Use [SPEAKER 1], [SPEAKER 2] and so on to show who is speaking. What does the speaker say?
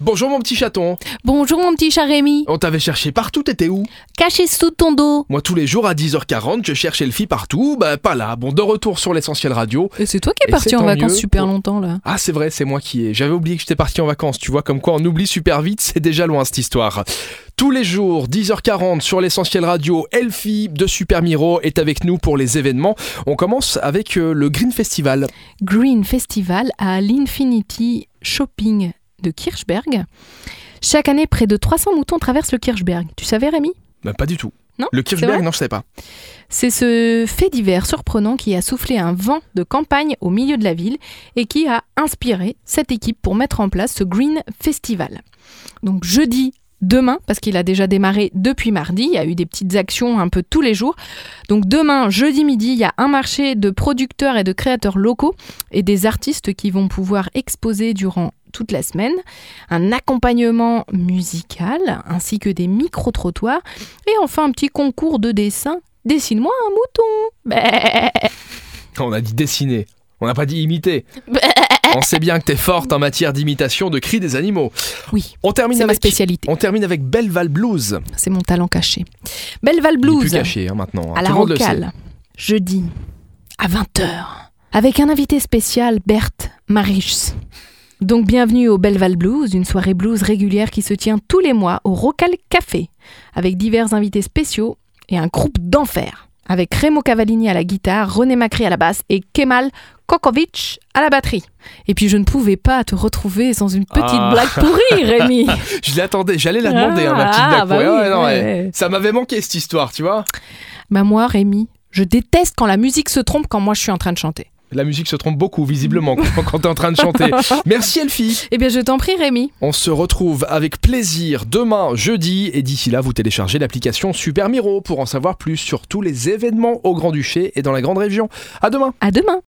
[SPEAKER 1] Bonjour mon petit chaton,
[SPEAKER 2] Bonjour mon petit chat Rémi,
[SPEAKER 1] on t'avait cherché partout, t'étais où
[SPEAKER 2] caché sous ton dos.
[SPEAKER 1] Moi tous les jours à 10h40, je cherche Elfie partout, bah pas là. Bon, de retour sur l'essentiel radio.
[SPEAKER 2] Et c'est toi qui
[SPEAKER 1] Et
[SPEAKER 2] es parti
[SPEAKER 1] c'est
[SPEAKER 2] en
[SPEAKER 1] tant
[SPEAKER 2] vacances
[SPEAKER 1] mieux
[SPEAKER 2] super
[SPEAKER 1] pour-
[SPEAKER 2] longtemps là.
[SPEAKER 1] Ah c'est vrai, c'est moi qui ai. J'avais oublié que j'étais parti en vacances, tu vois, comme quoi on oublie super vite, c'est déjà loin cette histoire. Tous les jours, 10h40 sur l'essentiel radio, Elfie de Super Miro est avec nous pour les événements. On commence avec euh, le Green Festival.
[SPEAKER 2] Green Festival à l'Infinity Shopping de Kirchberg. Chaque année, près de 300 moutons traversent le Kirchberg. Tu savais Rémi
[SPEAKER 1] Bah pas du tout.
[SPEAKER 2] Non
[SPEAKER 1] Le
[SPEAKER 2] vrai
[SPEAKER 1] Kirchberg, non je sais pas.
[SPEAKER 2] C'est ce fait divers surprenant qui a soufflé un vent de campagne au milieu de la ville et qui a inspiré cette équipe pour mettre en place ce Green Festival. Donc jeudi, demain, parce qu'il a déjà démarré depuis mardi, il y a eu des petites actions un peu tous les jours. Donc demain, jeudi midi, il y a un marché de producteurs et de créateurs locaux et des artistes qui vont pouvoir exposer durant toute la semaine, un accompagnement musical ainsi que des micro-trottoirs et enfin un petit concours de dessin. Dessine-moi un mouton. Bah, Bé.
[SPEAKER 1] On a dit dessiner. On n'a pas dit imiter. On sait bien que t'es forte en matière d'imitation de cris des animaux.
[SPEAKER 2] Oui,
[SPEAKER 1] On termine
[SPEAKER 2] c'est ma
[SPEAKER 1] avec
[SPEAKER 2] spécialité.
[SPEAKER 1] On termine avec Belleval Blues.
[SPEAKER 2] C'est mon talent caché. Belleval
[SPEAKER 1] Il est plus
[SPEAKER 2] Blues
[SPEAKER 1] caché hein, maintenant. hein.
[SPEAKER 2] à
[SPEAKER 1] Tout
[SPEAKER 2] la
[SPEAKER 1] le monde le sait.
[SPEAKER 2] Roncale, jeudi à 20h avec un invité spécial Berthe Marichs. Donc bienvenue au Belleval Blues, une soirée blues régulière qui se tient tous les mois au Rocal Café avec divers invités spéciaux et un groupe d'enfer avec Remo Cavallini à la guitare, René Macri à la basse et Kemal Kokovic à la batterie. Et puis je ne pouvais pas te retrouver sans une petite
[SPEAKER 1] Ah.
[SPEAKER 2] blague pourrie, Rémi.
[SPEAKER 1] Je l'attendais, j'allais la demander, hein, ma petite
[SPEAKER 2] Ah,
[SPEAKER 1] blague.
[SPEAKER 2] bah
[SPEAKER 1] Ouais,
[SPEAKER 2] oui,
[SPEAKER 1] ouais, non,
[SPEAKER 2] ouais,
[SPEAKER 1] ouais.
[SPEAKER 2] ouais.
[SPEAKER 1] Ça m'avait manqué cette histoire, tu vois.
[SPEAKER 2] Bah moi, Rémi, je déteste quand la musique se trompe quand moi je suis en train de chanter.
[SPEAKER 1] La musique se trompe beaucoup, visiblement, quand quand t'es en train de chanter. Merci Elfie.
[SPEAKER 2] Eh bien, je t'en prie, Rémi.
[SPEAKER 1] On se retrouve avec plaisir demain, jeudi. Et d'ici là, vous téléchargez l'application Super Miro pour en savoir plus sur tous les événements au Grand-Duché et dans la Grande Région. À demain.
[SPEAKER 2] À demain.